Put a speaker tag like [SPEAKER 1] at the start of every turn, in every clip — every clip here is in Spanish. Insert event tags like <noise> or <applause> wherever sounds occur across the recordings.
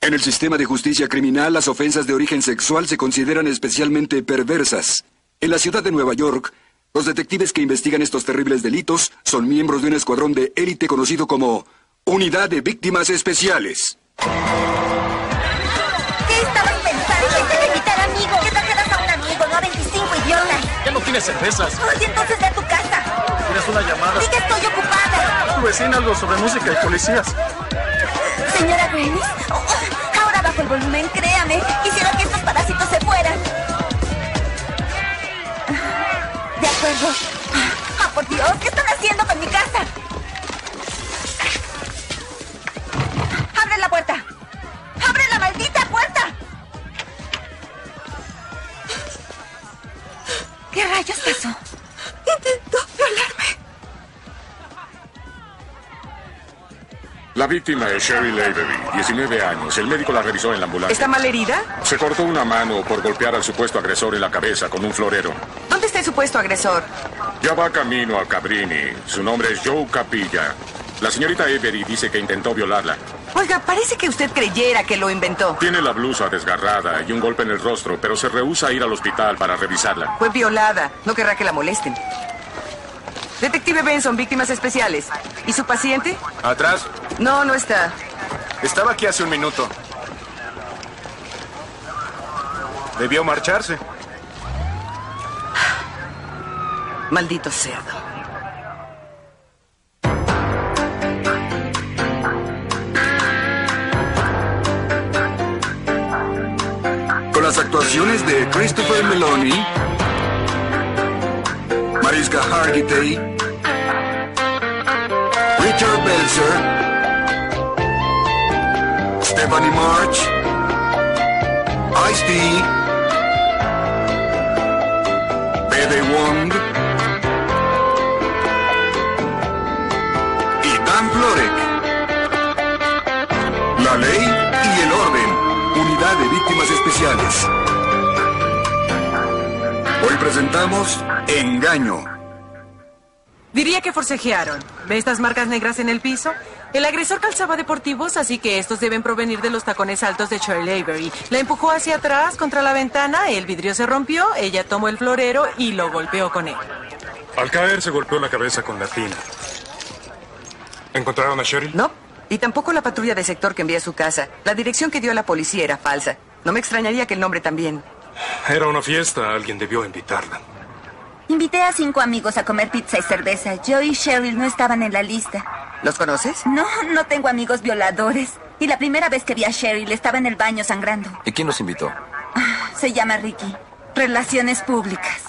[SPEAKER 1] En el sistema de justicia criminal, las ofensas de origen sexual se consideran especialmente perversas. En la ciudad de Nueva York, los detectives que investigan estos terribles delitos son miembros de un escuadrón de élite conocido como Unidad de Víctimas Especiales.
[SPEAKER 2] ¿Qué estabas pensando? Intenta invitar amigos. ¿Qué tal te das a un amigo, no a 25 idiotas?
[SPEAKER 3] Ya no tienes cervezas.
[SPEAKER 2] Oye, entonces ve a tu casa.
[SPEAKER 3] Tienes una llamada.
[SPEAKER 2] Di que estoy ocupada.
[SPEAKER 3] Tu vecina algo sobre música y policías.
[SPEAKER 2] Señora Granis, ahora bajo el volumen, créame. Quisiera que estos parásitos se fueran. De acuerdo. Ah, por Dios, ¿qué están haciendo con mi casa? ¡Abre la puerta! ¡Abre la maldita puerta! ¿Qué rayos pasó? Intentó violarme.
[SPEAKER 4] La víctima es Sherry Lavery, 19 años. El médico la revisó en la ambulancia.
[SPEAKER 5] ¿Está mal herida?
[SPEAKER 4] Se cortó una mano por golpear al supuesto agresor en la cabeza con un florero.
[SPEAKER 5] ¿Dónde está el supuesto agresor?
[SPEAKER 4] Ya va camino a Cabrini. Su nombre es Joe Capilla. La señorita Avery dice que intentó violarla.
[SPEAKER 5] Oiga, parece que usted creyera que lo inventó.
[SPEAKER 4] Tiene la blusa desgarrada y un golpe en el rostro, pero se rehúsa a ir al hospital para revisarla.
[SPEAKER 5] Fue violada. No querrá que la molesten. Detective Benson, víctimas especiales. ¿Y su paciente?
[SPEAKER 3] Atrás.
[SPEAKER 5] No, no está.
[SPEAKER 3] Estaba aquí hace un minuto. Debió marcharse.
[SPEAKER 5] Maldito cerdo.
[SPEAKER 1] Con las actuaciones de Christopher Meloni, Mariska Hargitay, Richard Belzer, Stephanie March, Ice-T, Bede Wong y Dan Florek. La ley y el orden. Unidad de víctimas especiales. Hoy presentamos Engaño.
[SPEAKER 6] Diría que forcejearon. ¿Ve estas marcas negras en el piso? El agresor calzaba deportivos, así que estos deben provenir de los tacones altos de Shirley Avery. La empujó hacia atrás contra la ventana, el vidrio se rompió, ella tomó el florero y lo golpeó con él.
[SPEAKER 7] Al caer se golpeó la cabeza con la tina. ¿Encontraron a Sherry?
[SPEAKER 5] No. Y tampoco la patrulla de sector que envié a su casa. La dirección que dio la policía era falsa. No me extrañaría que el nombre también.
[SPEAKER 7] Era una fiesta, alguien debió invitarla.
[SPEAKER 2] Invité a cinco amigos a comer pizza y cerveza. Yo y Cheryl no estaban en la lista.
[SPEAKER 5] ¿Los conoces?
[SPEAKER 2] No, no tengo amigos violadores. Y la primera vez que vi a Cheryl estaba en el baño sangrando. Ah,
[SPEAKER 8] ¿Y quién los invitó?
[SPEAKER 2] Se llama Ricky. Relaciones públicas.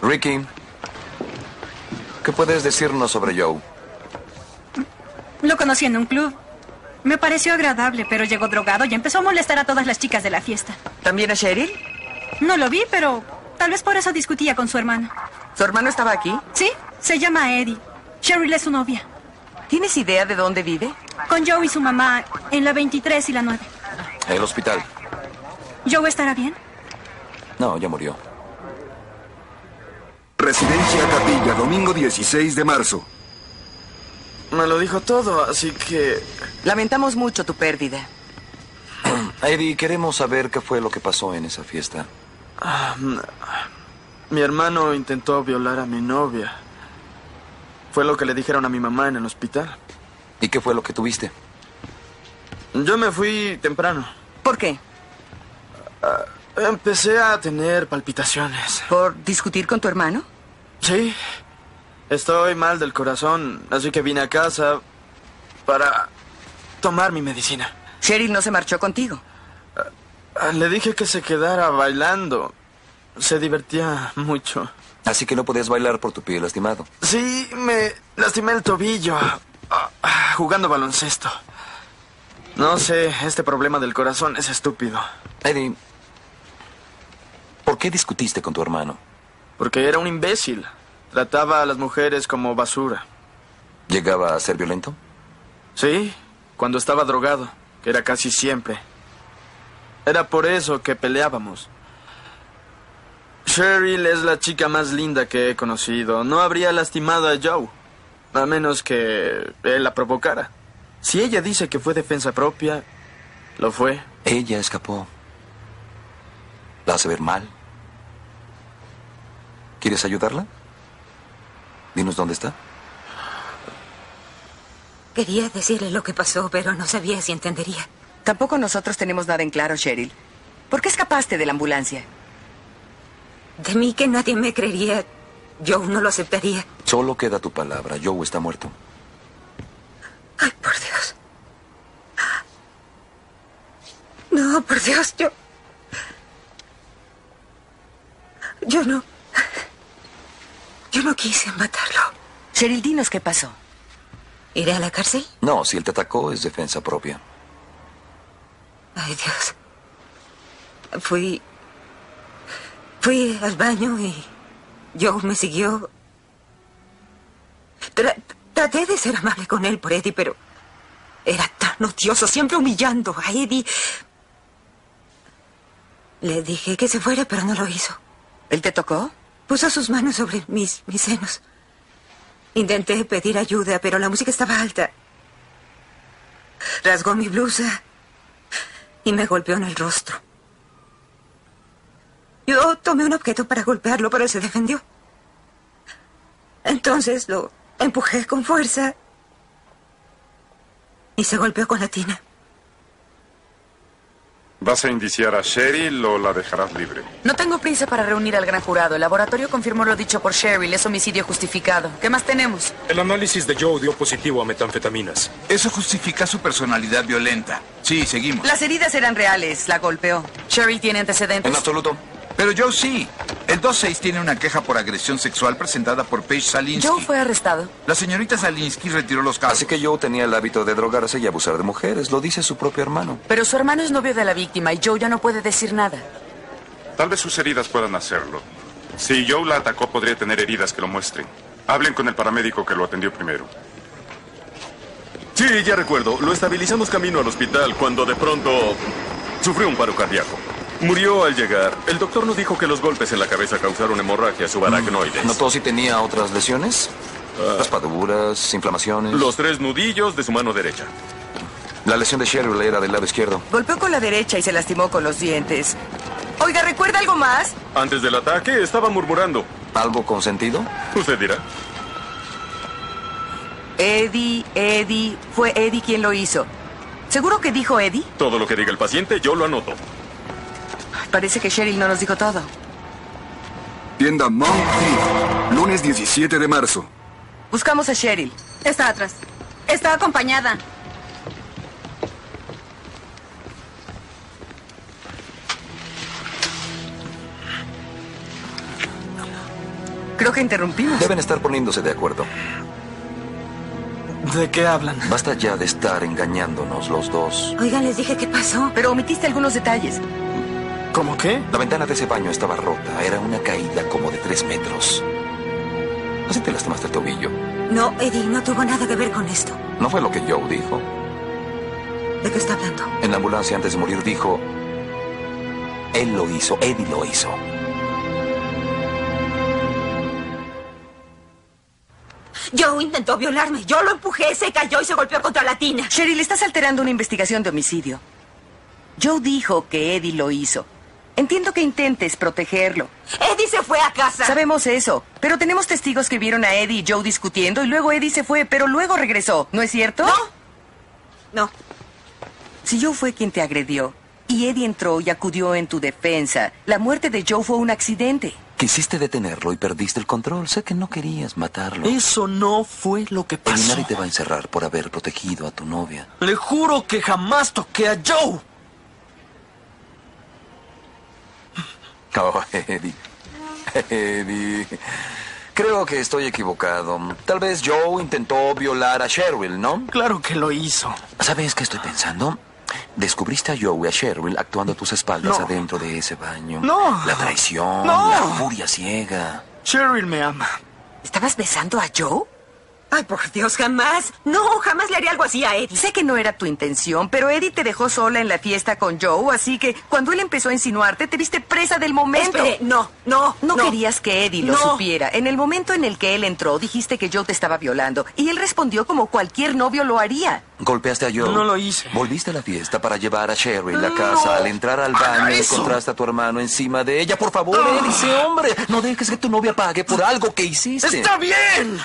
[SPEAKER 8] Ricky, ¿qué puedes decirnos sobre Joe?
[SPEAKER 9] Lo conocí en un club. Me pareció agradable, pero llegó drogado y empezó a molestar a todas las chicas de la fiesta.
[SPEAKER 5] ¿También a Cheryl?
[SPEAKER 9] No lo vi, pero tal vez por eso discutía con su hermano.
[SPEAKER 5] ¿Su hermano estaba aquí?
[SPEAKER 9] Sí, se llama Eddie. Cheryl es su novia.
[SPEAKER 5] ¿Tienes idea de dónde vive?
[SPEAKER 9] Con Joe y su mamá en la 23 y la 9.
[SPEAKER 8] El hospital.
[SPEAKER 9] ¿Joe estará bien?
[SPEAKER 8] No, ya murió.
[SPEAKER 1] Residencia Capilla, domingo 16 de marzo.
[SPEAKER 10] Me lo dijo todo, así que...
[SPEAKER 5] Lamentamos mucho tu pérdida.
[SPEAKER 8] Eddie, Mm, queremos saber qué fue lo que pasó en esa fiesta.
[SPEAKER 10] Ah, Mi hermano intentó violar a mi novia. Fue lo que le dijeron a mi mamá en el hospital.
[SPEAKER 8] ¿Y qué fue lo que tuviste?
[SPEAKER 10] Yo me fui temprano. Ah,
[SPEAKER 5] ¿Por qué?
[SPEAKER 10] Empecé a tener palpitaciones.
[SPEAKER 5] ¿Por discutir con tu hermano?
[SPEAKER 10] Sí. Estoy mal del corazón, así que vine a casa para tomar mi medicina.
[SPEAKER 5] Cheryl no se marchó contigo.
[SPEAKER 10] Ah, Le dije que se quedara bailando. Se divertía mucho.
[SPEAKER 8] Así que no podías bailar por tu pie lastimado.
[SPEAKER 10] Sí, me lastimé el tobillo ah, ah, jugando baloncesto. No sé, este problema del corazón es estúpido.
[SPEAKER 8] Eddie, ¿por qué discutiste con tu hermano?
[SPEAKER 10] Porque era un imbécil. Trataba a las mujeres como basura.
[SPEAKER 8] ¿Llegaba a ser violento?
[SPEAKER 10] Sí, cuando estaba drogado, que era casi siempre. Era por eso que peleábamos. Cheryl es la chica más linda que he conocido. No habría lastimado a Joe, a menos que él la provocara. Si ella dice que fue defensa propia,
[SPEAKER 11] Lo fue.
[SPEAKER 8] Ella escapó. La hace ver mal. ¿Quieres ayudarla? Dinos dónde está.
[SPEAKER 12] Quería decirle lo que pasó, pero no sabía si entendería.
[SPEAKER 5] Tampoco nosotros tenemos nada en claro, Cheryl. ¿Por qué escapaste de la ambulancia?
[SPEAKER 12] De mí que nadie me creería. Yo no lo aceptaría.
[SPEAKER 8] Solo queda tu palabra. Joe está muerto.
[SPEAKER 12] Ay, por Dios. No, por Dios, yo... Yo no... Yo no quise matarlo.
[SPEAKER 5] Cheryl, dinos qué pasó.
[SPEAKER 12] ¿Iré a la cárcel?
[SPEAKER 8] No, si él te atacó es defensa propia.
[SPEAKER 12] Ay, Dios. Fui. Fui al baño y. Joe me siguió. Tra- traté de ser amable con él por Eddie, pero. Era tan odioso, siempre humillando a Eddie. Le dije que se fuera, pero no lo hizo.
[SPEAKER 5] ¿Él te tocó?
[SPEAKER 12] Puso sus manos sobre mis, mis senos. Intenté pedir ayuda, pero la música estaba alta. Rasgó mi blusa y me golpeó en el rostro. Yo tomé un objeto para golpearlo, pero él se defendió. Entonces lo empujé con fuerza y se golpeó con la tina.
[SPEAKER 3] ¿Vas a indiciar a Cheryl o la dejarás libre?
[SPEAKER 13] No tengo prisa para reunir al gran jurado. El laboratorio confirmó lo dicho por Cheryl. Es homicidio justificado. ¿Qué más tenemos?
[SPEAKER 14] El análisis de Joe dio positivo a metanfetaminas.
[SPEAKER 1] Eso justifica su personalidad violenta. Sí, seguimos.
[SPEAKER 5] Las heridas eran reales. La golpeó.
[SPEAKER 13] Cheryl tiene antecedentes.
[SPEAKER 1] En absoluto. Pero Joe sí. El 2-6 tiene una queja por agresión sexual presentada Ah, por Paige Salinsky.
[SPEAKER 13] Joe fue arrestado.
[SPEAKER 1] La señorita Salinsky retiró los cargos.
[SPEAKER 8] Así que Joe tenía el hábito de drogarse y abusar de mujeres. Lo dice su propio hermano.
[SPEAKER 13] Pero su hermano es novio de la víctima y Joe ya no puede decir nada.
[SPEAKER 3] Tal vez sus heridas puedan hacerlo. Si Joe la atacó, podría tener heridas que lo muestren. Hablen con el paramédico que lo atendió primero.
[SPEAKER 15] Sí, ya recuerdo. Lo estabilizamos camino al hospital cuando de pronto sufrió un paro cardíaco. Murió al llegar. El doctor nos dijo que los golpes en la cabeza causaron hemorragia subaracnoides.
[SPEAKER 8] Mm,
[SPEAKER 15] Ah.
[SPEAKER 8] ¿Notó si tenía otras lesiones? Raspaduras, inflamaciones.
[SPEAKER 15] Los tres nudillos de su mano derecha.
[SPEAKER 8] La lesión de Cheryl era del lado izquierdo.
[SPEAKER 5] Golpeó con la derecha y se lastimó con los dientes. Oiga, ¿recuerda algo más?
[SPEAKER 15] Antes del ataque estaba murmurando.
[SPEAKER 8] ¿Algo con sentido?
[SPEAKER 15] Usted dirá.
[SPEAKER 5] Eddie, Eddie. Fue Eddie quien lo hizo. ¿Seguro que dijo Eddie?
[SPEAKER 15] Todo lo que diga el paciente, yo lo anoto.
[SPEAKER 5] Parece que Cheryl no nos dijo todo.
[SPEAKER 16] Tienda Mount Heath, lunes 17 de marzo.
[SPEAKER 5] Buscamos a Cheryl.
[SPEAKER 17] Está atrás. Está acompañada.
[SPEAKER 5] Creo que interrumpimos.
[SPEAKER 8] Deben estar poniéndose de acuerdo.
[SPEAKER 11] ¿De qué hablan?
[SPEAKER 8] Basta ya de estar engañándonos los dos.
[SPEAKER 12] Oigan, les dije qué pasó.
[SPEAKER 5] Pero omitiste algunos detalles.
[SPEAKER 11] ¿Cómo qué?
[SPEAKER 8] La ventana de ese baño estaba rota. Era una caída como de tres metros. Así te lastimaste el tobillo.
[SPEAKER 12] No, Eddie, no tuvo nada que ver con esto.
[SPEAKER 8] No fue lo que Joe dijo.
[SPEAKER 12] ¿De qué está hablando?
[SPEAKER 8] En la ambulancia antes de morir dijo... Él lo hizo, Eddie lo hizo.
[SPEAKER 12] Joe intentó violarme. Yo lo empujé, se cayó y se golpeó contra la tina.
[SPEAKER 5] Cheryl, estás alterando una investigación de homicidio. Joe dijo que Eddie lo hizo. Entiendo que intentes protegerlo.
[SPEAKER 12] Eddie se fue a casa.
[SPEAKER 5] Sabemos eso, pero tenemos testigos que vieron a Eddie y Joe discutiendo y luego Eddie se fue, pero luego regresó, ¿no es cierto?
[SPEAKER 12] No. No.
[SPEAKER 5] Si Joe fue quien te agredió y Eddie entró y acudió en tu defensa, la muerte de Joe fue un accidente.
[SPEAKER 8] Quisiste detenerlo y perdiste el control. Sé que no querías matarlo.
[SPEAKER 11] Eso no fue lo que pasó.
[SPEAKER 8] Y nadie te va a encerrar por haber protegido a tu novia.
[SPEAKER 11] Le juro que jamás toqué a Joe.
[SPEAKER 8] <laughs> Oh, Eddie. Eddie. Creo que estoy equivocado. Tal vez Joe intentó violar a Sherrill, ¿no?
[SPEAKER 11] Claro que lo hizo.
[SPEAKER 8] ¿Sabes qué estoy pensando? Descubriste a Joe y a Sherrill actuando a tus espaldas
[SPEAKER 11] No.
[SPEAKER 8] adentro de ese baño.
[SPEAKER 11] No.
[SPEAKER 8] La traición,
[SPEAKER 11] No.
[SPEAKER 8] la furia ciega.
[SPEAKER 11] Cheryl me ama.
[SPEAKER 12] ¿Estabas besando a Joe?
[SPEAKER 5] Ay, por Dios, jamás. No, jamás le haría algo así a Eddie. Sé que no era tu intención, pero Eddie te dejó sola en la fiesta con Joe, así que cuando él empezó a insinuarte, te viste presa del momento.
[SPEAKER 9] Espere, no, no, no.
[SPEAKER 5] No, querías que Eddie lo
[SPEAKER 9] No.
[SPEAKER 5] supiera. En el momento en el que él entró, dijiste que Joe te estaba violando. Y él respondió como cualquier novio lo haría.
[SPEAKER 8] Golpeaste a Joe.
[SPEAKER 5] No
[SPEAKER 8] lo hice. Volviste a la fiesta para llevar a Sherry a la casa. Al entrar al
[SPEAKER 5] Haga
[SPEAKER 8] baño,
[SPEAKER 5] eso.
[SPEAKER 8] encontraste a tu hermano encima de ella. Por favor, él dice, hombre, no dejes que tu novia pague por algo que hiciste.
[SPEAKER 11] ¡Está bien!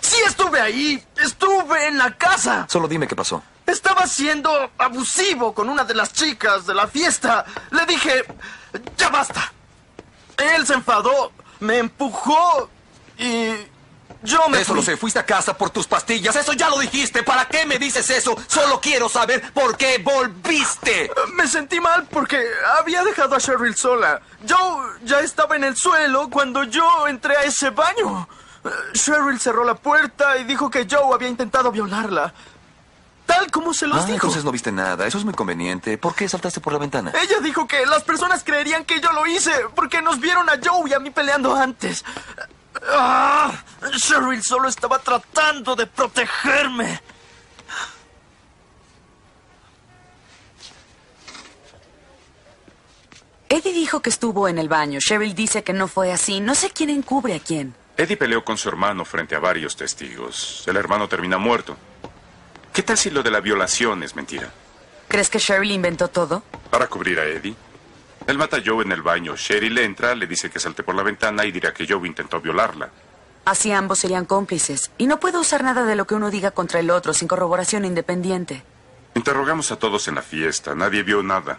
[SPEAKER 11] ¡Sí estuve ahí! ¡Estuve en la casa!
[SPEAKER 8] Solo dime qué pasó.
[SPEAKER 11] Estaba siendo abusivo con una de las chicas de la fiesta. Le dije, ya basta. Él se enfadó, me empujó y yo me...
[SPEAKER 8] Eso
[SPEAKER 11] fui.
[SPEAKER 8] lo sé, fuiste a casa por tus pastillas, eso ya lo dijiste, ¿para qué me dices eso? Solo quiero saber por qué volviste.
[SPEAKER 11] Me sentí mal porque había dejado a Cheryl sola. Yo ya estaba en el suelo cuando yo entré a ese baño. Eh, Cheryl cerró la puerta y dijo que Joe había intentado violarla. Tal como se los
[SPEAKER 8] Ah,
[SPEAKER 11] dijo.
[SPEAKER 8] entonces no viste nada, eso es muy conveniente. ¿Por qué saltaste por la ventana?
[SPEAKER 11] Ella dijo que las personas creerían que yo lo hice porque nos vieron a Joe y a mí peleando antes. Ah, Cheryl solo estaba tratando de protegerme.
[SPEAKER 9] Eddie dijo que estuvo en el baño. Cheryl dice que no fue así. No sé quién encubre a quién.
[SPEAKER 4] Eddie peleó con su hermano frente a varios testigos. El hermano termina muerto. ¿Qué tal si lo de la violación es mentira?
[SPEAKER 9] ¿Crees que Cheryl inventó todo?
[SPEAKER 4] Para cubrir a Eddie. Él mata a Joe en el baño. Sherry le entra, le dice que salte por la ventana y dirá que Joe intentó violarla.
[SPEAKER 9] Así ambos serían cómplices. Y no puedo usar nada de lo que uno diga contra el otro sin corroboración independiente.
[SPEAKER 4] Interrogamos a todos en la fiesta. Nadie vio nada.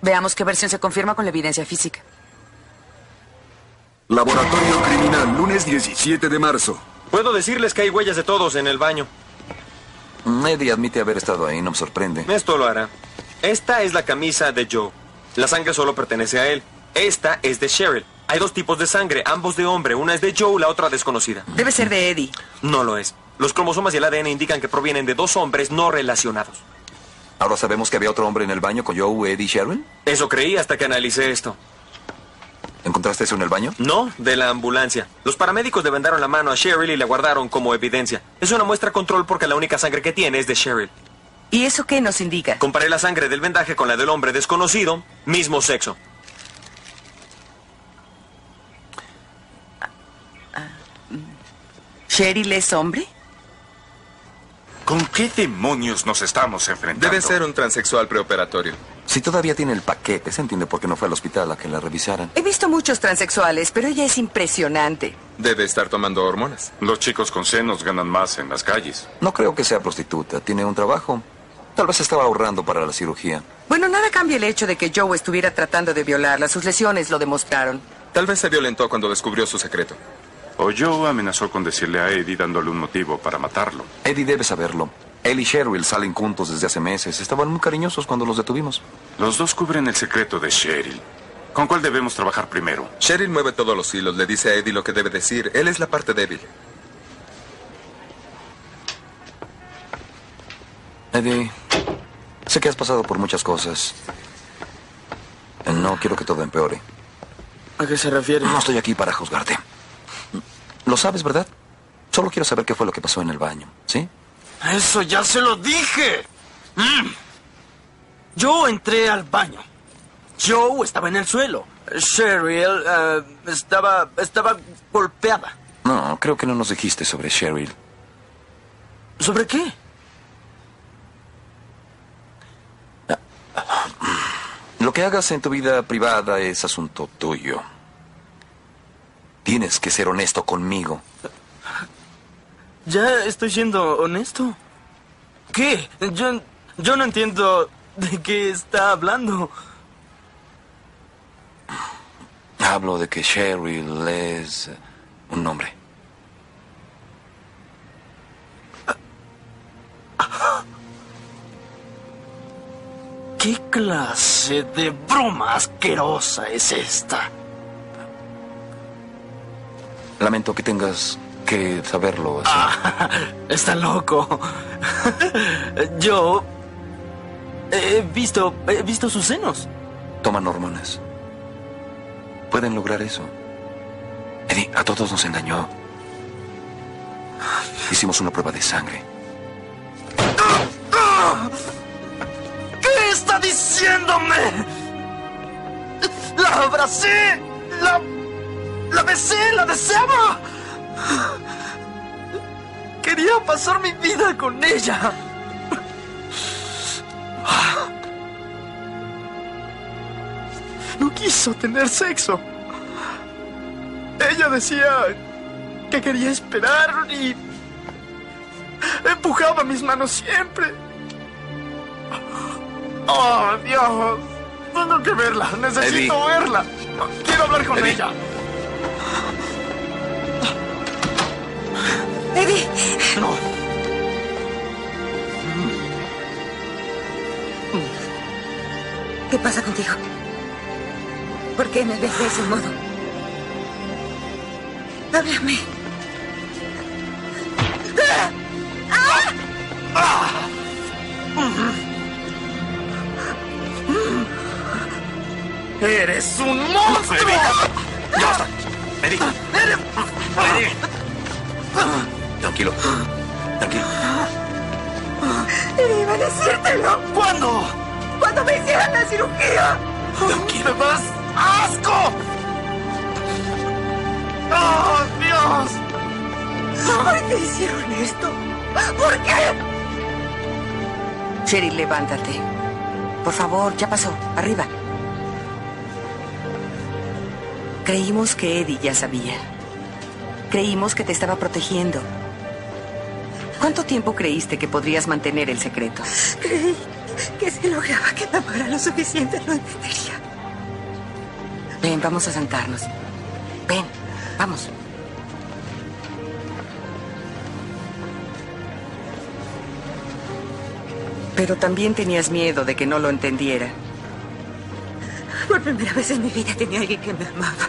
[SPEAKER 9] Veamos qué versión se confirma con la evidencia física.
[SPEAKER 18] Laboratorio Criminal, lunes 17 de marzo.
[SPEAKER 14] Puedo decirles que hay huellas de todos en el baño.
[SPEAKER 8] Eddie admite haber estado ahí, no me sorprende.
[SPEAKER 14] Esto lo hará. Esta es la camisa de Joe. La sangre solo pertenece a él. Esta es de Cheryl. Hay dos tipos de sangre, ambos de hombre. Una es de Joe, la otra desconocida.
[SPEAKER 5] Debe ser de Eddie.
[SPEAKER 14] No lo es. Los cromosomas y el ADN indican que provienen de dos hombres no relacionados.
[SPEAKER 8] Ahora sabemos que había otro hombre en el baño con Joe, Eddie y Sharon.
[SPEAKER 14] Eso creí hasta que analicé esto.
[SPEAKER 8] ¿Encontraste eso en el baño?
[SPEAKER 14] No, de la ambulancia. Los paramédicos le vendaron la mano a Cheryl y la guardaron como evidencia. Es una muestra control porque la única sangre que tiene es de Cheryl.
[SPEAKER 5] ¿Y eso qué nos indica?
[SPEAKER 14] Comparé la sangre del vendaje con la del hombre desconocido, mismo sexo.
[SPEAKER 5] ¿Cheryl es hombre?
[SPEAKER 4] ¿Con qué demonios nos estamos enfrentando?
[SPEAKER 19] Debe ser un transexual preoperatorio.
[SPEAKER 8] Si todavía tiene el paquete, se entiende por qué no fue al hospital a que la revisaran.
[SPEAKER 5] He visto muchos transexuales, pero ella es impresionante.
[SPEAKER 19] Debe estar tomando hormonas.
[SPEAKER 4] Los chicos con senos ganan más en las calles.
[SPEAKER 8] No creo que sea prostituta, tiene un trabajo. Tal vez estaba ahorrando para la cirugía.
[SPEAKER 5] Bueno, nada cambia el hecho de que Joe estuviera tratando de violarla. Sus lesiones lo demostraron.
[SPEAKER 19] Tal vez se violentó cuando descubrió su secreto.
[SPEAKER 4] O Joe amenazó con decirle a Eddie dándole un motivo para matarlo.
[SPEAKER 8] Eddie debe saberlo. Él y Cheryl salen juntos desde hace meses. Estaban muy cariñosos cuando los detuvimos.
[SPEAKER 4] Los dos cubren el secreto de Cheryl. ¿Con cuál debemos trabajar primero?
[SPEAKER 19] Cheryl mueve todos los hilos, le dice a Eddie lo que debe decir. Él es la parte débil.
[SPEAKER 8] Eddie, sé que has pasado por muchas cosas. No quiero que todo empeore.
[SPEAKER 11] ¿A qué se refiere?
[SPEAKER 8] No estoy aquí para juzgarte. Lo sabes, ¿verdad? Solo quiero saber qué fue lo que pasó en el baño, ¿sí?
[SPEAKER 11] Eso ya se lo dije. Mm. Yo entré al baño. Joe estaba en el suelo. Cheryl eh, estaba, estaba golpeada.
[SPEAKER 8] No, creo que no nos dijiste sobre Cheryl.
[SPEAKER 11] ¿Sobre qué?
[SPEAKER 8] Lo que hagas en tu vida privada es asunto tuyo. Tienes que ser honesto conmigo.
[SPEAKER 11] Ya estoy siendo honesto. ¿Qué? Yo, yo no entiendo de qué está hablando.
[SPEAKER 8] Hablo de que Cheryl es eh, un hombre.
[SPEAKER 11] ¿Qué clase de broma asquerosa es esta?
[SPEAKER 8] Lamento que tengas que saberlo. así.
[SPEAKER 11] Ah. <laughs> Está loco. Yo he visto, he visto sus senos.
[SPEAKER 8] Toman hormonas. Pueden lograr eso. Eddie, a todos nos engañó. Hicimos una prueba de sangre.
[SPEAKER 11] ¿Qué está diciéndome? La abracé, la, la besé, la deseaba. Quería pasar mi vida con ella. No quiso tener sexo. Ella decía que quería esperar y empujaba mis manos siempre. Oh, Dios. Tengo que verla. Necesito
[SPEAKER 1] Eddie.
[SPEAKER 11] verla. Quiero hablar con ella.
[SPEAKER 12] Eddie.
[SPEAKER 11] No.
[SPEAKER 12] ¿Qué pasa contigo? ¿Por qué me ves de ese modo? Háblame.
[SPEAKER 11] ¡Eres un monstruo! ¡Ya
[SPEAKER 19] basta! Eddie.
[SPEAKER 11] ¡Eres...
[SPEAKER 19] Tranquilo. Tranquilo.
[SPEAKER 11] Eddie, iba a decírtelo. ¿Cuándo? Cuando me hicieran la cirugía. Tranquilo. ¡Me das asco! ¡Oh, Dios!
[SPEAKER 12] ¿Por qué hicieron esto?
[SPEAKER 13] ¿Por qué? Sherry, levántate. Por favor, ya pasó. Arriba. Creímos que Eddie ya sabía. Creímos que te estaba protegiendo. ¿Cuánto tiempo creíste que podrías mantener el secreto?
[SPEAKER 12] Creí que si lograba que me amara lo suficiente lo entendería.
[SPEAKER 13] Ven, vamos a sentarnos. Ven, vamos. Pero también tenías miedo de que no lo entendiera.
[SPEAKER 12] Por primera vez en mi vida tenía alguien que me amaba.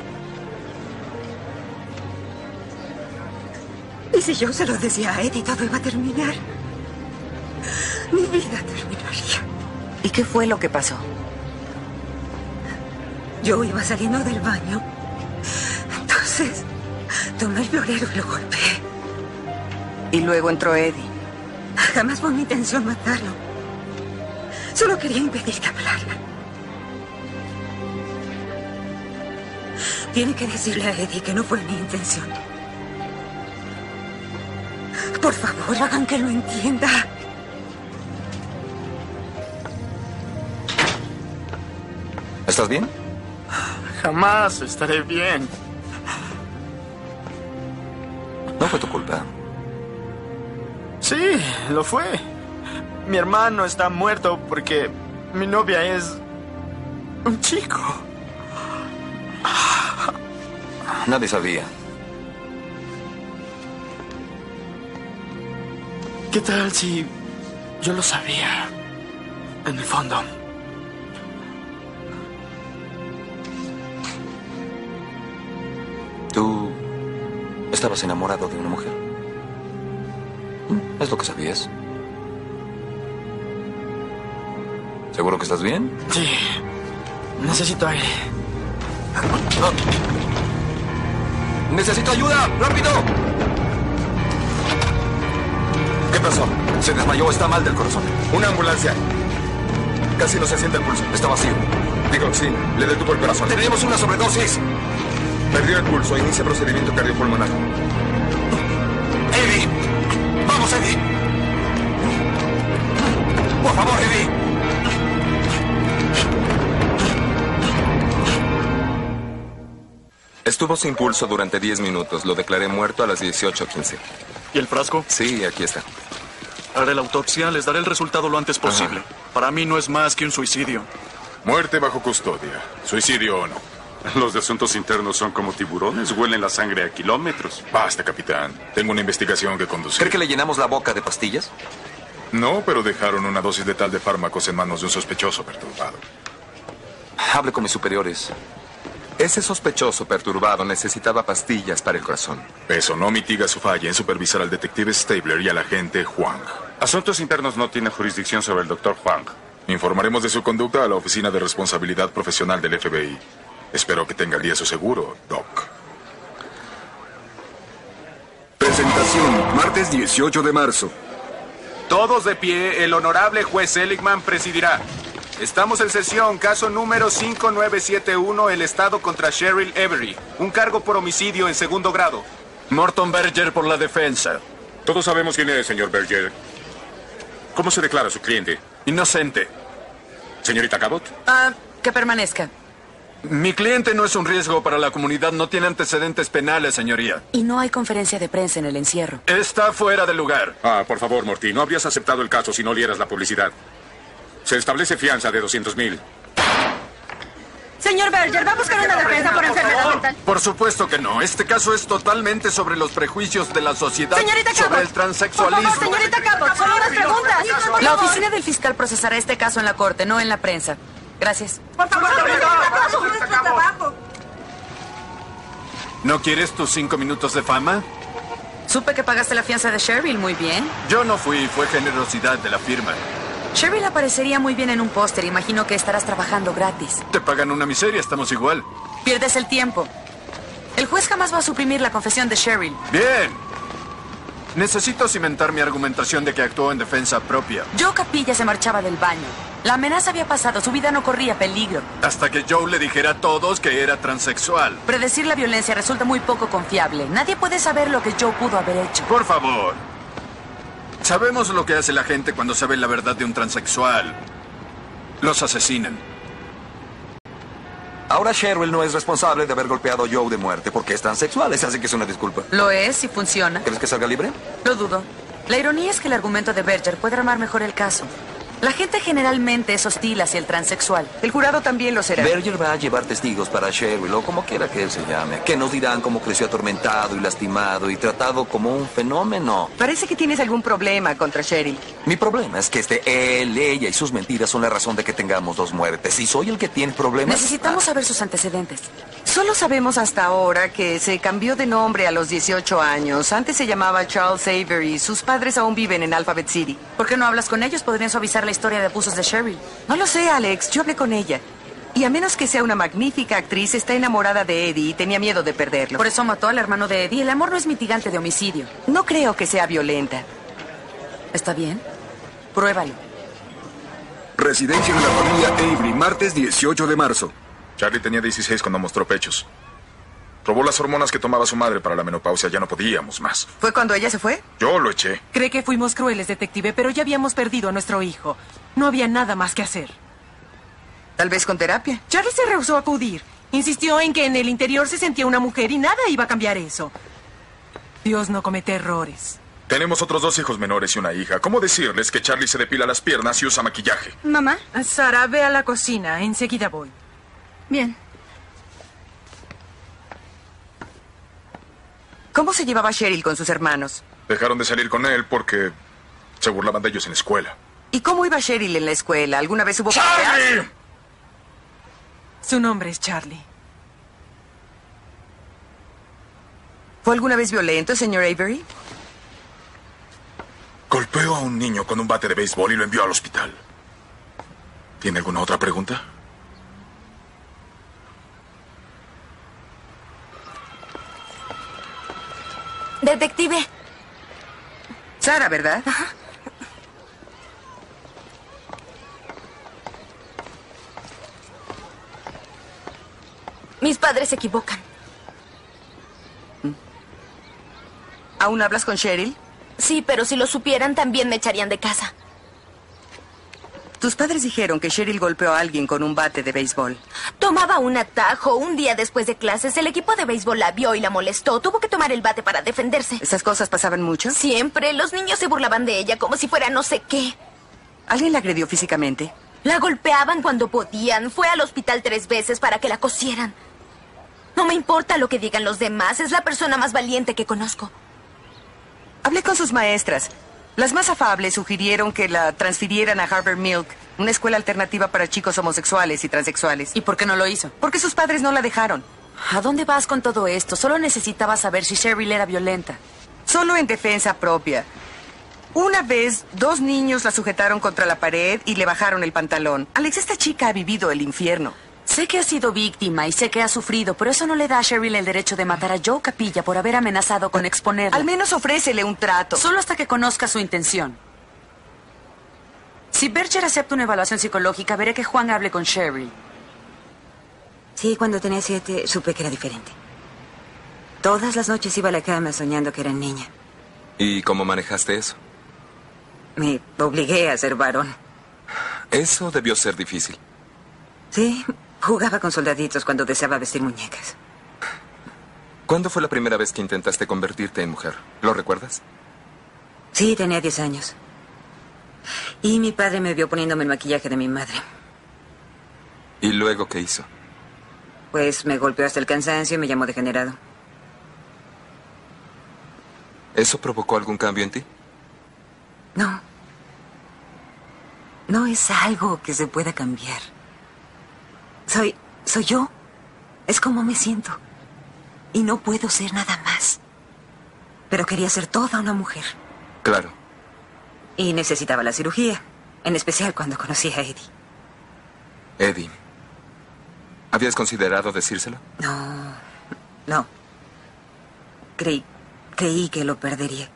[SPEAKER 12] Y si yo se lo decía a Eddie, todo iba a terminar. Mi vida terminaría.
[SPEAKER 13] ¿Y qué fue lo que pasó?
[SPEAKER 12] Yo iba saliendo del baño. Entonces, tomé el florero y lo golpeé.
[SPEAKER 13] Y luego entró Eddie.
[SPEAKER 12] Jamás fue mi intención matarlo. Solo quería impedir que hablara. Tiene que decirle a Eddie que no fue mi intención. Por favor, hagan que lo entienda.
[SPEAKER 8] ¿Estás bien?
[SPEAKER 11] Jamás estaré bien.
[SPEAKER 8] No fue tu culpa.
[SPEAKER 11] Sí, lo fue. Mi hermano está muerto porque mi novia es un chico.
[SPEAKER 8] Nadie sabía.
[SPEAKER 11] ¿Qué tal si yo lo sabía? En el fondo.
[SPEAKER 8] Tú estabas enamorado de una mujer. Mm, Es lo que sabías. ¿Seguro que estás bien?
[SPEAKER 11] Sí. Necesito aire.
[SPEAKER 8] ¡Necesito ayuda! ¡Rápido!
[SPEAKER 19] ¿Qué pasó?
[SPEAKER 8] Se desmayó, está mal del corazón.
[SPEAKER 19] Una ambulancia. Casi no se siente el pulso. Está vacío. Digo, sí, le detuvo el corazón.
[SPEAKER 8] ¡Tenemos una sobredosis!
[SPEAKER 19] Perdió el pulso. Inicia procedimiento cardiopulmonar.
[SPEAKER 8] ¡Eddie! ¡Vamos, Eddie! ¡Por favor, Eddie!
[SPEAKER 19] Estuvo sin pulso durante 10 minutos. Lo declaré muerto a las 18.15.
[SPEAKER 20] ¿Y el frasco?
[SPEAKER 19] Sí, aquí está.
[SPEAKER 20] Haré la autopsia, les daré el resultado lo antes posible. Para mí no es más que un suicidio.
[SPEAKER 3] Muerte bajo custodia. Suicidio o no. Los de asuntos internos son como tiburones, huelen la sangre a kilómetros. Basta, capitán. Tengo una investigación que conducir.
[SPEAKER 8] ¿Cree que le llenamos la boca de pastillas?
[SPEAKER 3] No, pero dejaron una dosis letal de fármacos en manos de un sospechoso perturbado.
[SPEAKER 8] Hable con mis superiores.
[SPEAKER 19] Ese sospechoso perturbado necesitaba pastillas para el corazón.
[SPEAKER 3] Eso no mitiga su falla en supervisar al detective Stabler y al agente Huang. Asuntos internos no tiene jurisdicción sobre el doctor Huang. Informaremos de su conducta a la Oficina de Responsabilidad Profesional del FBI. Espero que tenga el día su seguro, Doc.
[SPEAKER 16] presentación, martes 18 de marzo.
[SPEAKER 21] Todos de pie, el honorable juez Seligman presidirá. Estamos en sesión, caso número 5971, el Estado contra Cheryl Every. Un cargo por homicidio en segundo grado.
[SPEAKER 4] Morton Berger por la defensa. Todos sabemos quién es, señor Berger. ¿Cómo se declara su cliente?
[SPEAKER 1] Inocente.
[SPEAKER 4] Señorita Cabot.
[SPEAKER 6] Ah, que permanezca.
[SPEAKER 1] Mi cliente no es un riesgo para la comunidad, no tiene antecedentes penales, señoría.
[SPEAKER 9] Y no hay conferencia de prensa en el encierro.
[SPEAKER 1] Está fuera de lugar.
[SPEAKER 4] Ah, por favor, Morty, no habrías aceptado el caso si no lieras la publicidad. Se establece fianza de 200 mil.
[SPEAKER 17] Señor Berger, va a buscar una defensa por enfermedad mental.
[SPEAKER 1] Por supuesto que no. Este caso es totalmente sobre los prejuicios de la sociedad.
[SPEAKER 17] Señorita Cabot.
[SPEAKER 1] Sobre el transexualismo.
[SPEAKER 17] Por favor, señorita Cabot, solo unas preguntas.
[SPEAKER 9] La oficina del fiscal procesará este caso en la corte, no en la prensa. Gracias.
[SPEAKER 17] Por favor, señorita Cabot, nuestro trabajo.
[SPEAKER 1] ¿No quieres tus cinco minutos de fama?
[SPEAKER 9] Supe que pagaste la fianza de Sherville muy bien.
[SPEAKER 1] Yo no fui, fue generosidad de la firma.
[SPEAKER 9] Sherville aparecería muy bien en un póster. Imagino que estarás trabajando gratis.
[SPEAKER 1] Te pagan una miseria, estamos igual.
[SPEAKER 9] Pierdes el tiempo. El juez jamás va a suprimir la confesión de Sherrill.
[SPEAKER 1] Bien. Necesito cimentar mi argumentación de que actuó en defensa propia.
[SPEAKER 9] Joe Capilla se marchaba del baño. La amenaza había pasado, su vida no corría peligro.
[SPEAKER 1] Hasta que Joe le dijera a todos que era transexual.
[SPEAKER 9] Predecir la violencia resulta muy poco confiable. Nadie puede saber lo que Joe pudo haber hecho.
[SPEAKER 1] Por favor. Sabemos lo que hace la gente cuando sabe la verdad de un transexual. Los asesinan.
[SPEAKER 8] Ahora Sherwell no es responsable de haber golpeado a Joe de muerte porque es transexual. Esa sí que es una disculpa.
[SPEAKER 9] Lo es y funciona.
[SPEAKER 8] ¿Crees que salga libre?
[SPEAKER 9] Lo dudo. La ironía es que el argumento de Berger puede armar mejor el caso. La gente generalmente es hostil hacia el transexual. El jurado también lo será.
[SPEAKER 8] Berger va a llevar testigos para Sherwell o como quiera que él se llame, que nos dirán cómo creció atormentado y lastimado y tratado como un fenómeno.
[SPEAKER 5] Parece que tienes algún problema contra Cheryl.
[SPEAKER 8] Mi problema es que este él, ella y sus mentiras son la razón de que tengamos dos muertes. Y soy el que tiene problemas.
[SPEAKER 9] Necesitamos saber sus antecedentes.
[SPEAKER 5] Solo sabemos hasta ahora que se cambió de nombre a los 18 años. Antes se llamaba Charles Avery. Sus padres aún viven en Alphabet City.
[SPEAKER 9] ¿Por qué no hablas con ellos? Podrían suavizar la historia de abusos de Sherry.
[SPEAKER 5] No lo sé, Alex. Yo hablé con ella. Y a menos que sea una magnífica actriz, está enamorada de Eddie y tenía miedo de perderlo.
[SPEAKER 9] Por eso mató al hermano de Eddie. El amor no es mitigante de homicidio.
[SPEAKER 5] No creo que sea violenta.
[SPEAKER 9] ¿Está bien? Pruébalo.
[SPEAKER 16] Residencia de la familia Avery, martes 18 de marzo.
[SPEAKER 3] Charlie tenía 16 cuando mostró pechos. Robó las hormonas que tomaba su madre para la menopausia, ya no podíamos más.
[SPEAKER 5] ¿Fue cuando ella se fue?
[SPEAKER 3] Yo lo eché.
[SPEAKER 6] Cree que fuimos crueles, detective, pero ya habíamos perdido a nuestro hijo. No había nada más que hacer.
[SPEAKER 5] Tal vez con terapia.
[SPEAKER 6] Charlie se rehusó a acudir. Insistió en que en el interior se sentía una mujer y nada iba a cambiar eso. Dios no comete errores.
[SPEAKER 3] Tenemos otros dos hijos menores y una hija. ¿Cómo decirles que Charlie se depila las piernas y usa maquillaje?
[SPEAKER 17] Mamá.
[SPEAKER 6] Sara, ve a la cocina. Enseguida voy.
[SPEAKER 17] Bien.
[SPEAKER 5] ¿Cómo se llevaba Cheryl con sus hermanos?
[SPEAKER 3] Dejaron de salir con él porque se burlaban de ellos en la escuela.
[SPEAKER 5] ¿Y cómo iba Cheryl en la escuela? ¿Alguna vez hubo...
[SPEAKER 3] ¡Charlie!
[SPEAKER 6] Su nombre es Charlie.
[SPEAKER 5] ¿Fue alguna vez violento, señor Avery?
[SPEAKER 3] Golpeó a un niño con un bate de béisbol y lo envió al hospital. ¿Tiene alguna otra pregunta?
[SPEAKER 2] Detective.
[SPEAKER 5] Sara, ¿verdad?
[SPEAKER 2] Mis padres se equivocan.
[SPEAKER 5] ¿Aún hablas con Cheryl?
[SPEAKER 2] Sí, pero si lo supieran también me echarían de casa.
[SPEAKER 5] Tus padres dijeron que Cheryl golpeó a alguien con un bate de béisbol.
[SPEAKER 2] Tomaba un atajo. Un día después de clases, el equipo de béisbol la vio y la molestó. Tuvo que tomar el bate para defenderse.
[SPEAKER 5] ¿Esas cosas pasaban mucho?
[SPEAKER 2] Siempre. Los niños se burlaban de ella como si fuera no sé qué.
[SPEAKER 5] ¿Alguien la agredió físicamente?
[SPEAKER 2] La golpeaban cuando podían. Fue al hospital tres veces para que la cosieran. No me importa lo que digan los demás. Es la persona más valiente que conozco.
[SPEAKER 5] Hablé con sus maestras. Las más afables sugirieron que la transfirieran a Harvard Milk, una escuela alternativa para chicos homosexuales y transexuales.
[SPEAKER 9] ¿Y por qué no lo hizo?
[SPEAKER 5] Porque sus padres no la dejaron.
[SPEAKER 9] ¿A dónde vas con todo esto? Solo necesitaba saber si Cheryl era violenta.
[SPEAKER 5] Solo en defensa propia. Una vez, dos niños la sujetaron contra la pared y le bajaron el pantalón. Alex, esta chica ha vivido el infierno.
[SPEAKER 9] Sé que ha sido víctima y sé que ha sufrido, pero eso no le da a Cheryl el derecho de matar a Joe Capilla por haber amenazado con exponerla. Al menos ofrécele un trato. Solo hasta que conozca su intención. Si Berger acepta una evaluación psicológica, veré que Juan hable con Cheryl.
[SPEAKER 12] Sí, cuando tenía siete supe que era diferente. Todas las noches iba a la cama soñando que era niña.
[SPEAKER 19] ¿Y cómo manejaste eso?
[SPEAKER 12] Me obligué a ser varón.
[SPEAKER 19] Eso debió ser difícil.
[SPEAKER 12] Sí, jugaba con soldaditos cuando deseaba vestir muñecas.
[SPEAKER 19] ¿Cuándo fue la primera vez que intentaste convertirte en mujer? ¿Lo recuerdas?
[SPEAKER 12] Sí, tenía 10 años. Y mi padre me vio poniéndome el maquillaje de mi madre.
[SPEAKER 19] ¿Y luego qué hizo?
[SPEAKER 12] Pues me golpeó hasta el cansancio y me llamó degenerado.
[SPEAKER 19] ¿Eso provocó algún cambio en ti?
[SPEAKER 12] No. No es algo que se pueda cambiar. Soy. soy yo. Es como me siento. Y no puedo ser nada más. Pero quería ser toda una mujer.
[SPEAKER 19] Claro.
[SPEAKER 12] Y necesitaba la cirugía. En especial cuando conocí a Eddie.
[SPEAKER 19] Eddie, ¿habías considerado decírselo?
[SPEAKER 12] No. No. Creí. creí que lo perdería.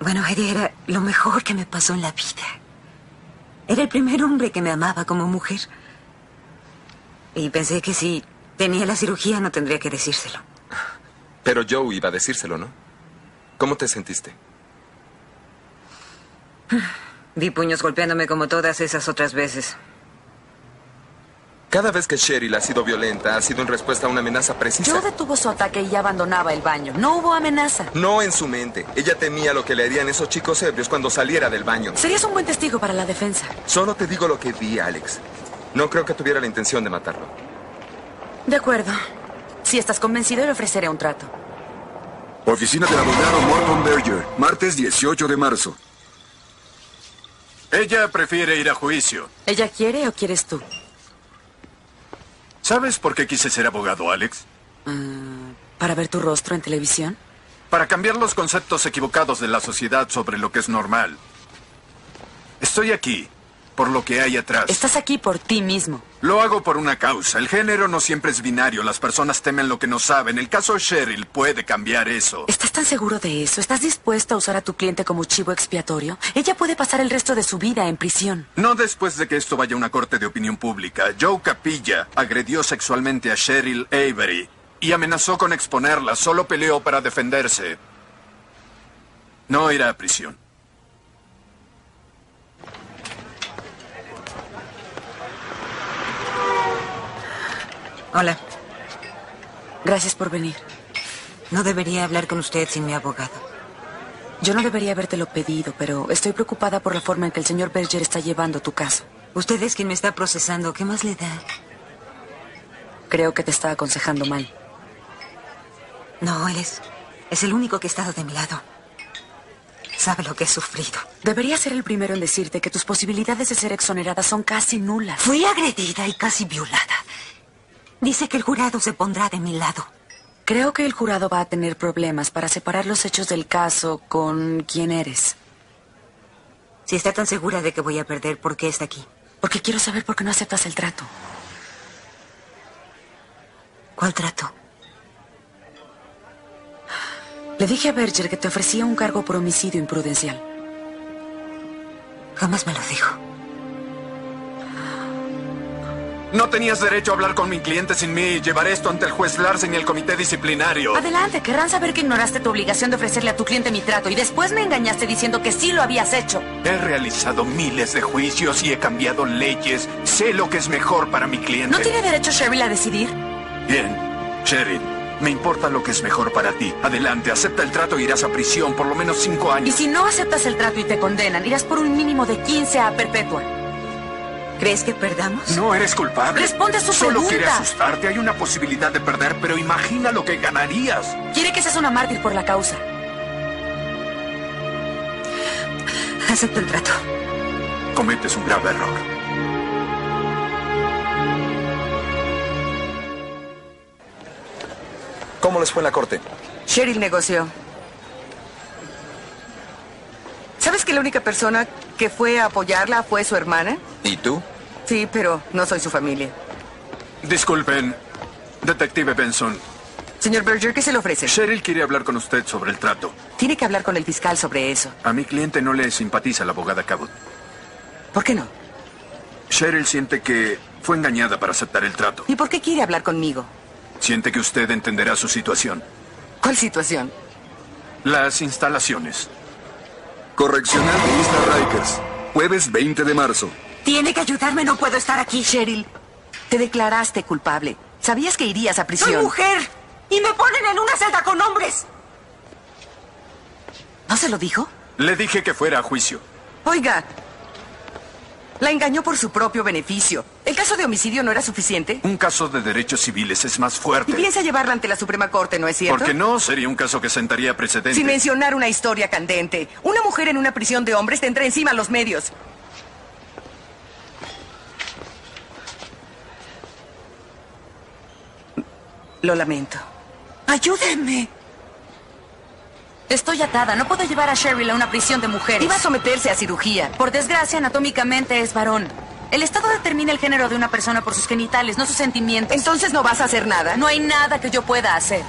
[SPEAKER 12] Bueno, Eddie era lo mejor que me pasó en la vida. Era el primer hombre que me amaba como mujer. Y pensé que si tenía la cirugía no tendría que decírselo.
[SPEAKER 19] Pero Joe iba a decírselo, ¿no? ¿Cómo te sentiste?
[SPEAKER 12] Vi puños golpeándome como todas esas otras veces.
[SPEAKER 19] Cada vez que Cheryl ha sido violenta, ha sido en respuesta a una amenaza precisa.
[SPEAKER 9] Joe detuvo su ataque y ya abandonaba el baño. No hubo amenaza.
[SPEAKER 19] No en su mente. Ella temía lo que le harían esos chicos ebrios cuando saliera del baño.
[SPEAKER 9] Serías un buen testigo para la defensa.
[SPEAKER 19] Solo te digo lo que vi, Alex. No creo que tuviera la intención de matarlo.
[SPEAKER 9] De acuerdo. Si estás convencido, le ofreceré un trato.
[SPEAKER 16] Oficina del abogado Morton Berger, martes 18 de marzo.
[SPEAKER 1] Ella prefiere ir a juicio.
[SPEAKER 9] ¿Ella quiere o quieres tú?
[SPEAKER 1] ¿Sabes por qué quise ser abogado, Alex?
[SPEAKER 9] Mm, ¿Para ver tu rostro en televisión?
[SPEAKER 1] Para cambiar los conceptos equivocados de la sociedad sobre lo que es normal. Estoy aquí por lo que hay atrás.
[SPEAKER 9] Estás aquí por ti mismo.
[SPEAKER 1] Lo hago por una causa. El género no siempre es binario. Las personas temen lo que no saben. El caso Cheryl puede cambiar eso.
[SPEAKER 9] ¿Estás tan seguro de eso? ¿Estás dispuesto a usar a tu cliente como chivo expiatorio? Ella puede pasar el resto de su vida en prisión.
[SPEAKER 1] No después de que esto vaya a una corte de opinión pública. Joe Capilla agredió sexualmente a Cheryl Avery y amenazó con exponerla. Solo peleó para defenderse. No irá a prisión.
[SPEAKER 12] Hola.
[SPEAKER 9] Gracias por venir.
[SPEAKER 12] No debería hablar con usted sin mi abogado.
[SPEAKER 9] Yo no debería habértelo pedido, pero estoy preocupada por la forma en que el señor Berger está llevando tu caso.
[SPEAKER 12] Usted es quien me está procesando. ¿Qué más le da?
[SPEAKER 9] Creo que te está aconsejando mal.
[SPEAKER 12] No, él es. Es el único que ha estado de mi lado. Sabe lo que he sufrido.
[SPEAKER 9] Debería ser el primero en decirte que tus posibilidades de ser exonerada son casi nulas.
[SPEAKER 12] Fui agredida y casi violada. Dice que el jurado se pondrá de mi lado.
[SPEAKER 9] Creo que el jurado va a tener problemas para separar los hechos del caso con quién eres.
[SPEAKER 12] Si está tan segura de que voy a perder, ¿por qué está aquí?
[SPEAKER 9] Porque quiero saber por qué no aceptas el trato.
[SPEAKER 12] ¿Cuál trato?
[SPEAKER 9] Le dije a Berger que te ofrecía un cargo por homicidio imprudencial.
[SPEAKER 12] Jamás me lo dijo.
[SPEAKER 1] No tenías derecho a hablar con mi cliente sin mí. Llevaré esto ante el juez Larsen y el comité disciplinario.
[SPEAKER 9] Adelante, querrán saber que ignoraste tu obligación de ofrecerle a tu cliente mi trato y después me engañaste diciendo que sí lo habías hecho.
[SPEAKER 1] He realizado miles de juicios y he cambiado leyes. Sé lo que es mejor para mi cliente.
[SPEAKER 9] ¿No tiene derecho Cheryl a decidir?
[SPEAKER 1] Bien, Cheryl. Me importa lo que es mejor para ti. Adelante, acepta el trato y irás a prisión por lo menos cinco años.
[SPEAKER 9] Y si no aceptas el trato y te condenan, irás por un mínimo de 15 a perpetua.
[SPEAKER 12] ¿Crees que perdamos?
[SPEAKER 1] No eres culpable.
[SPEAKER 9] Responde a su
[SPEAKER 1] Solo
[SPEAKER 9] pregunta.
[SPEAKER 1] quiere asustarte. Hay una posibilidad de perder, pero imagina lo que ganarías.
[SPEAKER 9] Quiere que seas una mártir por la causa.
[SPEAKER 12] Acepto el trato.
[SPEAKER 1] Cometes un grave error.
[SPEAKER 8] ¿Cómo les fue en la corte?
[SPEAKER 5] Cheryl negoció. ¿Sabes que la única persona que fue a apoyarla fue su hermana?
[SPEAKER 8] ¿Y tú?
[SPEAKER 5] Sí, pero no soy su familia.
[SPEAKER 1] Disculpen, detective Benson.
[SPEAKER 5] Señor Berger, ¿qué se le ofrece?
[SPEAKER 1] Cheryl quiere hablar con usted sobre el trato.
[SPEAKER 5] Tiene que hablar con el fiscal sobre eso.
[SPEAKER 1] A mi cliente no le simpatiza la abogada Cabot.
[SPEAKER 5] ¿Por qué no?
[SPEAKER 1] Cheryl siente que fue engañada para aceptar el trato.
[SPEAKER 5] ¿Y por qué quiere hablar conmigo?
[SPEAKER 1] Siente que usted entenderá su situación.
[SPEAKER 5] ¿Cuál situación?
[SPEAKER 1] Las instalaciones.
[SPEAKER 19] Correccional de Isla Rikers. Jueves 20 de marzo.
[SPEAKER 13] Tiene que ayudarme, no puedo estar aquí.
[SPEAKER 5] Cheryl, te declaraste culpable. Sabías que irías a prisión.
[SPEAKER 13] Soy mujer y me ponen en una celda con hombres.
[SPEAKER 5] ¿No se lo dijo?
[SPEAKER 1] Le dije que fuera a juicio.
[SPEAKER 5] Oiga, la engañó por su propio beneficio. ¿El caso de homicidio no era suficiente?
[SPEAKER 1] Un caso de derechos civiles es más
[SPEAKER 5] Y
[SPEAKER 1] fuerte.
[SPEAKER 5] piensa llevarla ante la Suprema Corte, ¿no es cierto?
[SPEAKER 1] Porque no sería un caso que sentaría precedentes.
[SPEAKER 5] Sin mencionar una historia candente. Una mujer en una prisión de hombres tendrá encima los medios. Lo lamento.
[SPEAKER 9] ¡Ayúdenme! Estoy atada. No puedo llevar a Cheryl a una prisión de mujeres.
[SPEAKER 5] Iba a someterse a cirugía.
[SPEAKER 9] Por desgracia, anatómicamente es varón. El Estado determina el género de una persona por sus genitales, no sus sentimientos.
[SPEAKER 5] Entonces no vas a hacer nada.
[SPEAKER 9] No hay nada que yo pueda hacer.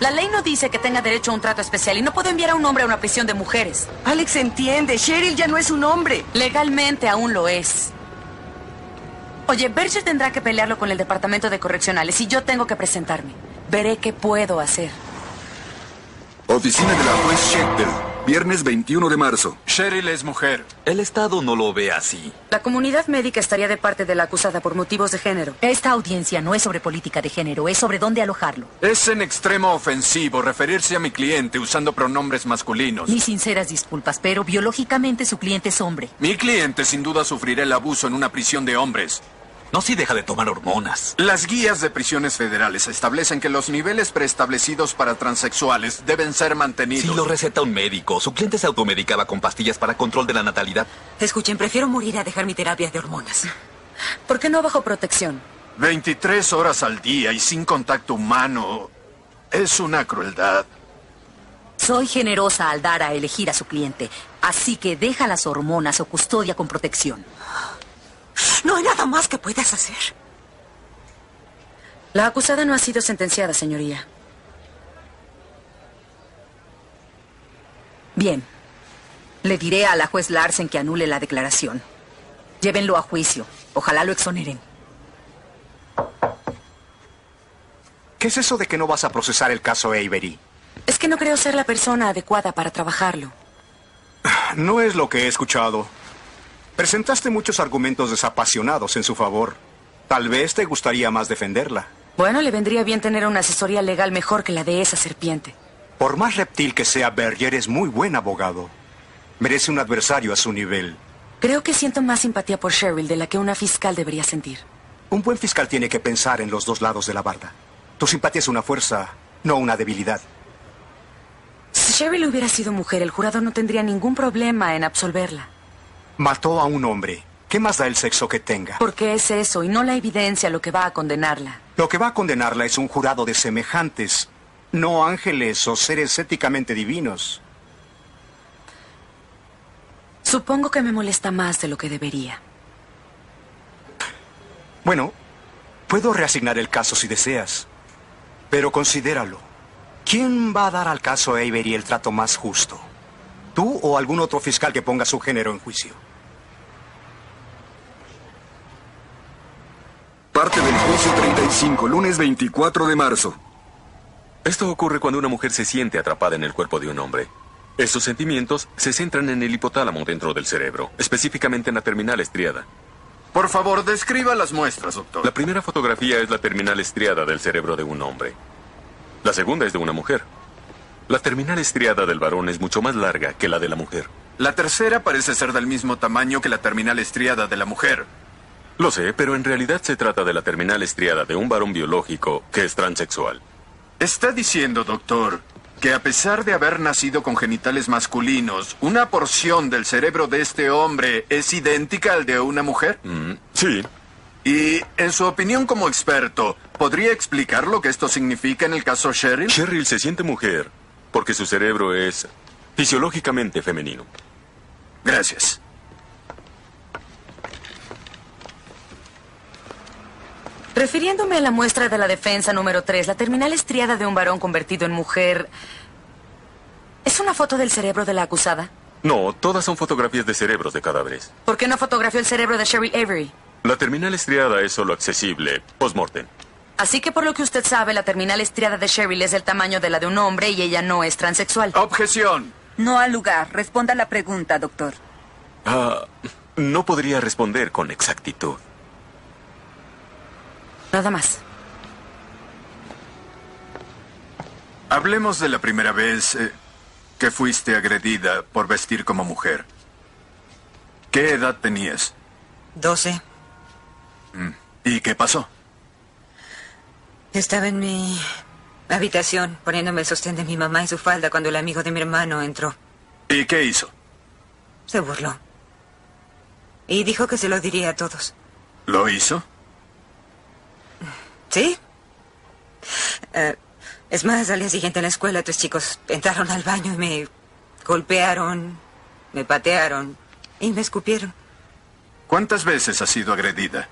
[SPEAKER 9] La ley no dice que tenga derecho a un trato especial y no puedo enviar a un hombre a una prisión de mujeres.
[SPEAKER 5] Alex entiende. Cheryl ya no es un hombre.
[SPEAKER 9] Legalmente aún lo es. Oye, Berger tendrá que pelearlo con el Departamento de Correccionales y yo tengo que presentarme. Veré qué puedo hacer.
[SPEAKER 16] Oficina de la juez Schechtel. Viernes 21 de marzo.
[SPEAKER 1] Cheryl es mujer.
[SPEAKER 22] El Estado no lo ve así.
[SPEAKER 9] La comunidad médica estaría de parte de la acusada por motivos de género.
[SPEAKER 23] Esta audiencia no es sobre política de género, es sobre dónde alojarlo.
[SPEAKER 1] Es en extremo ofensivo referirse a mi cliente usando pronombres masculinos.
[SPEAKER 23] Mis sinceras disculpas, pero biológicamente su cliente es hombre.
[SPEAKER 1] Mi cliente sin duda sufrirá el abuso en una prisión de hombres.
[SPEAKER 22] No si deja de tomar hormonas.
[SPEAKER 1] Las guías de prisiones federales establecen que los niveles preestablecidos para transexuales deben ser mantenidos.
[SPEAKER 22] Si lo receta un médico, su cliente se automedicaba con pastillas para control de la natalidad.
[SPEAKER 13] Escuchen, prefiero morir a dejar mi terapia de hormonas.
[SPEAKER 9] ¿Por qué no bajo protección?
[SPEAKER 1] 23 horas al día y sin contacto humano es una crueldad.
[SPEAKER 23] Soy generosa al dar a elegir a su cliente, así que deja las hormonas o custodia con protección.
[SPEAKER 13] No hay nada más que puedas hacer.
[SPEAKER 9] La acusada no ha sido sentenciada, señoría.
[SPEAKER 23] Bien. Le diré a la juez Larsen que anule la declaración. Llévenlo a juicio. Ojalá lo exoneren.
[SPEAKER 24] ¿Qué es eso de que no vas a procesar el caso Avery?
[SPEAKER 9] Es que no creo ser la persona adecuada para trabajarlo.
[SPEAKER 24] No es lo que he escuchado. Presentaste muchos argumentos desapasionados en su favor. Tal vez te gustaría más defenderla.
[SPEAKER 9] Bueno, le vendría bien tener una asesoría legal mejor que la de esa serpiente.
[SPEAKER 24] Por más reptil que sea, Berger es muy buen abogado. Merece un adversario a su nivel.
[SPEAKER 9] Creo que siento más simpatía por Cheryl de la que una fiscal debería sentir.
[SPEAKER 24] Un buen fiscal tiene que pensar en los dos lados de la barda. Tu simpatía es una fuerza, no una debilidad.
[SPEAKER 9] Si Cheryl hubiera sido mujer, el jurado no tendría ningún problema en absolverla.
[SPEAKER 24] Mató a un hombre. ¿Qué más da el sexo que tenga?
[SPEAKER 9] Porque es eso y no la evidencia lo que va a condenarla.
[SPEAKER 24] Lo que va a condenarla es un jurado de semejantes, no ángeles o seres éticamente divinos.
[SPEAKER 9] Supongo que me molesta más de lo que debería.
[SPEAKER 24] Bueno, puedo reasignar el caso si deseas, pero considéralo. ¿Quién va a dar al caso Avery el trato más justo? ¿Tú o algún otro fiscal que ponga su género en juicio?
[SPEAKER 16] Parte del juicio 35, lunes 24 de marzo.
[SPEAKER 15] Esto ocurre cuando una mujer se siente atrapada en el cuerpo de un hombre. Estos sentimientos se centran en el hipotálamo dentro del cerebro, específicamente en la terminal estriada.
[SPEAKER 1] Por favor, describa las muestras, doctor.
[SPEAKER 15] La primera fotografía es la terminal estriada del cerebro de un hombre. La segunda es de una mujer. La terminal estriada del varón es mucho más larga que la de la mujer.
[SPEAKER 1] La tercera parece ser del mismo tamaño que la terminal estriada de la mujer.
[SPEAKER 15] Lo sé, pero en realidad se trata de la terminal estriada de un varón biológico que es transexual.
[SPEAKER 1] Está diciendo, Este doctor, que a pesar de haber nacido con genitales masculinos, una porción del cerebro de este hombre es idéntica al de una mujer.
[SPEAKER 15] Mm, sí.
[SPEAKER 1] Y, en su opinión como experto, ¿podría explicar lo que esto significa en el caso Cheryl?
[SPEAKER 15] Cheryl se siente mujer porque su cerebro es fisiológicamente femenino.
[SPEAKER 1] Gracias.
[SPEAKER 9] Refiriéndome a la muestra de la defensa número 3, la terminal estriada de un varón convertido en mujer. ¿Es una foto del cerebro de la acusada?
[SPEAKER 15] No, todas son fotografías de cerebros de cadáveres.
[SPEAKER 9] ¿Por qué no fotografió el cerebro de Sherry Avery?
[SPEAKER 15] La terminal estriada es solo accesible post-mortem.
[SPEAKER 9] Así que por lo que usted sabe, la terminal estriada de Cheryl es del tamaño de la de un hombre y ella no es transexual.
[SPEAKER 1] Objeción.
[SPEAKER 13] No al lugar. Responda la pregunta, doctor.
[SPEAKER 15] Ah, no podría responder con exactitud.
[SPEAKER 9] Nada más.
[SPEAKER 1] Hablemos de la primera vez eh, que fuiste agredida por vestir como mujer. ¿Qué edad tenías?
[SPEAKER 12] 12.
[SPEAKER 1] ¿Y qué pasó?
[SPEAKER 12] Estaba en mi habitación poniéndome el sostén de mi mamá en su falda cuando el amigo de mi hermano entró.
[SPEAKER 1] ¿Y qué hizo?
[SPEAKER 12] Se burló. Y dijo que se lo diría a todos.
[SPEAKER 1] ¿Lo hizo?
[SPEAKER 12] ¿Sí? Eh, es más, al día siguiente en la escuela, tres chicos entraron al baño y me golpearon, me patearon y me escupieron.
[SPEAKER 1] ¿Cuántas veces has sido agredida?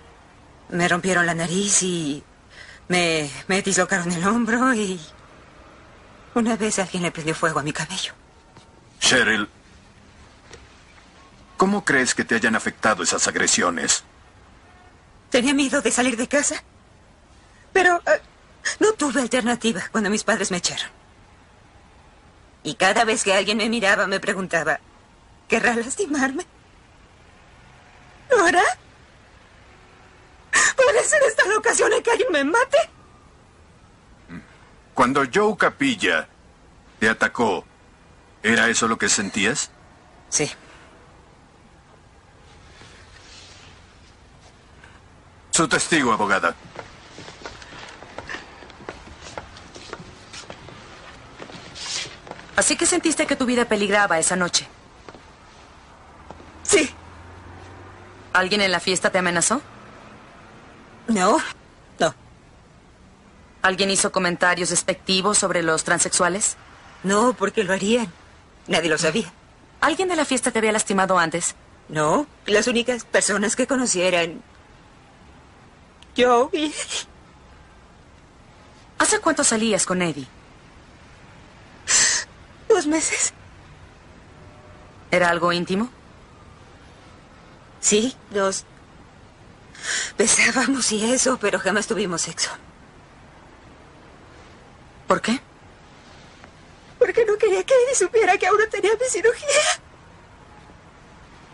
[SPEAKER 12] Me rompieron la nariz y me, me dislocaron el hombro y... Una vez alguien le prendió fuego a mi cabello.
[SPEAKER 1] Cheryl, ¿cómo crees que te hayan afectado esas agresiones?
[SPEAKER 12] Tenía miedo de salir de casa. Pero eh, no tuve alternativa cuando mis padres me echaron. Y cada vez que alguien me miraba me preguntaba, ¿querrá lastimarme? ¿Ahora? ¿Puede ser esta la ocasión en que alguien me mate?
[SPEAKER 1] Cuando Joe Capilla te atacó, ¿era eso lo que sentías?
[SPEAKER 12] Sí.
[SPEAKER 1] Su testigo, abogada.
[SPEAKER 9] Así que sentiste que tu vida peligraba esa noche.
[SPEAKER 12] Sí.
[SPEAKER 9] ¿Alguien en la fiesta te amenazó?
[SPEAKER 12] No, no.
[SPEAKER 9] ¿Alguien hizo comentarios despectivos sobre los transexuales?
[SPEAKER 12] No, porque lo harían. Nadie lo sabía.
[SPEAKER 9] ¿Alguien de la fiesta te había lastimado antes?
[SPEAKER 12] No, las únicas personas que conocieran... Yo y... <laughs>
[SPEAKER 9] ¿Hace cuánto salías con Eddie?
[SPEAKER 12] <sighs> Dos meses.
[SPEAKER 9] ¿Era algo íntimo?
[SPEAKER 12] Sí, nos besábamos y eso, pero jamás tuvimos sexo.
[SPEAKER 9] ¿Por qué?
[SPEAKER 12] Porque no quería que Eddie supiera que ahora tenía mi cirugía.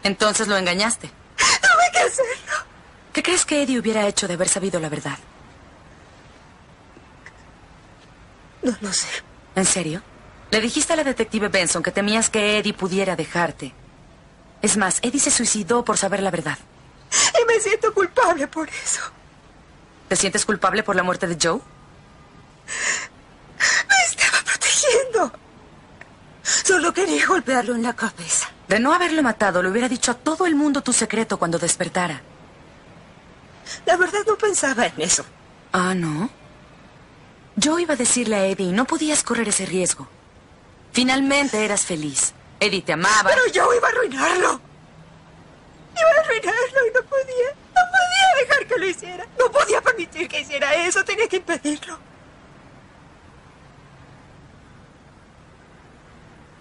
[SPEAKER 9] Entonces lo engañaste.
[SPEAKER 12] Tuve que hacerlo.
[SPEAKER 9] ¿Qué crees que Eddie hubiera hecho de haber sabido la verdad?
[SPEAKER 12] No lo sé.
[SPEAKER 9] ¿En serio? Le dijiste a la detective Benson que temías que Eddie pudiera dejarte. Es más, Eddie se suicidó por saber la verdad.
[SPEAKER 12] Y me siento culpable por eso.
[SPEAKER 9] ¿Te sientes culpable por la muerte de Joe?
[SPEAKER 12] Me estaba protegiendo. Solo quería golpearlo en la cabeza.
[SPEAKER 9] De no haberlo matado, le hubiera dicho a todo el mundo tu secreto cuando despertara.
[SPEAKER 12] La verdad no pensaba en eso.
[SPEAKER 9] Ah, ¿no? Yo iba a decirle a Eddie, no podías correr ese riesgo. Finalmente eras feliz. Eddie te amaba.
[SPEAKER 12] Pero yo iba a arruinarlo. Iba a arruinarlo y no podía. No podía dejar que lo hiciera. No podía permitir que hiciera eso. Tenía que impedirlo.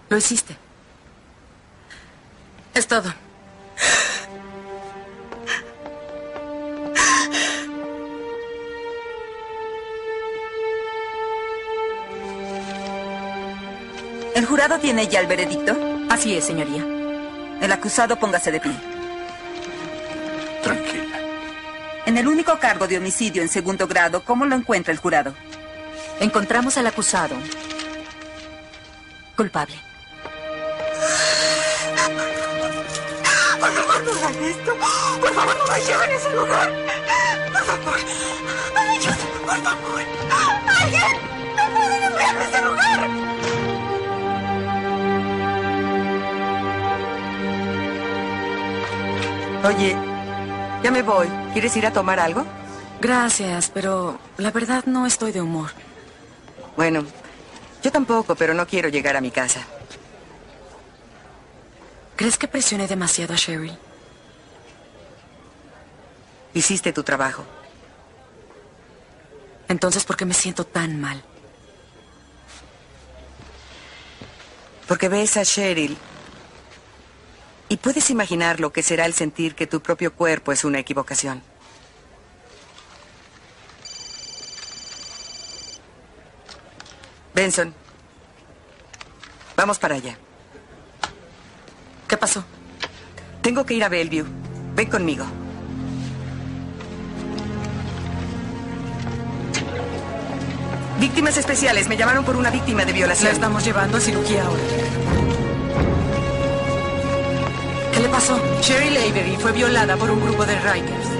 [SPEAKER 9] Lo hiciste. Es todo.
[SPEAKER 13] ¿El jurado tiene ya el veredicto?
[SPEAKER 23] Así es, señoría.
[SPEAKER 13] El acusado póngase de pie.
[SPEAKER 1] Tranquila.
[SPEAKER 13] En el único cargo de homicidio en segundo grado, ¿cómo lo encuentra el jurado?
[SPEAKER 23] Encontramos al acusado culpable.
[SPEAKER 12] Por favor, no hagan esto. Por favor, no me lleven a ese lugar. Por favor. Ayúdenme, por favor. ¡Alguien! ¡No pueden enviarme a ese lugar!
[SPEAKER 5] Oye, ya me voy. ¿Quieres ir a tomar algo?
[SPEAKER 9] Gracias, pero la verdad no estoy de humor.
[SPEAKER 5] Bueno, yo tampoco, pero no quiero llegar a mi casa.
[SPEAKER 9] ¿Crees que presioné demasiado a Sherry?
[SPEAKER 5] Hiciste tu trabajo.
[SPEAKER 9] Entonces, ¿por qué me siento tan mal?
[SPEAKER 5] Porque ves a Cheryl. Y puedes imaginar lo que será el sentir que tu propio cuerpo es una equivocación. Benson, vamos para allá. ¿Qué pasó? Tengo que ir a Bellevue. Ven conmigo. Víctimas especiales, me llamaron por una víctima de violación.
[SPEAKER 6] La estamos llevando a cirugía ahora.
[SPEAKER 9] ¿Qué le pasó?
[SPEAKER 6] Sherry Lavery fue violada por un grupo de Rikers.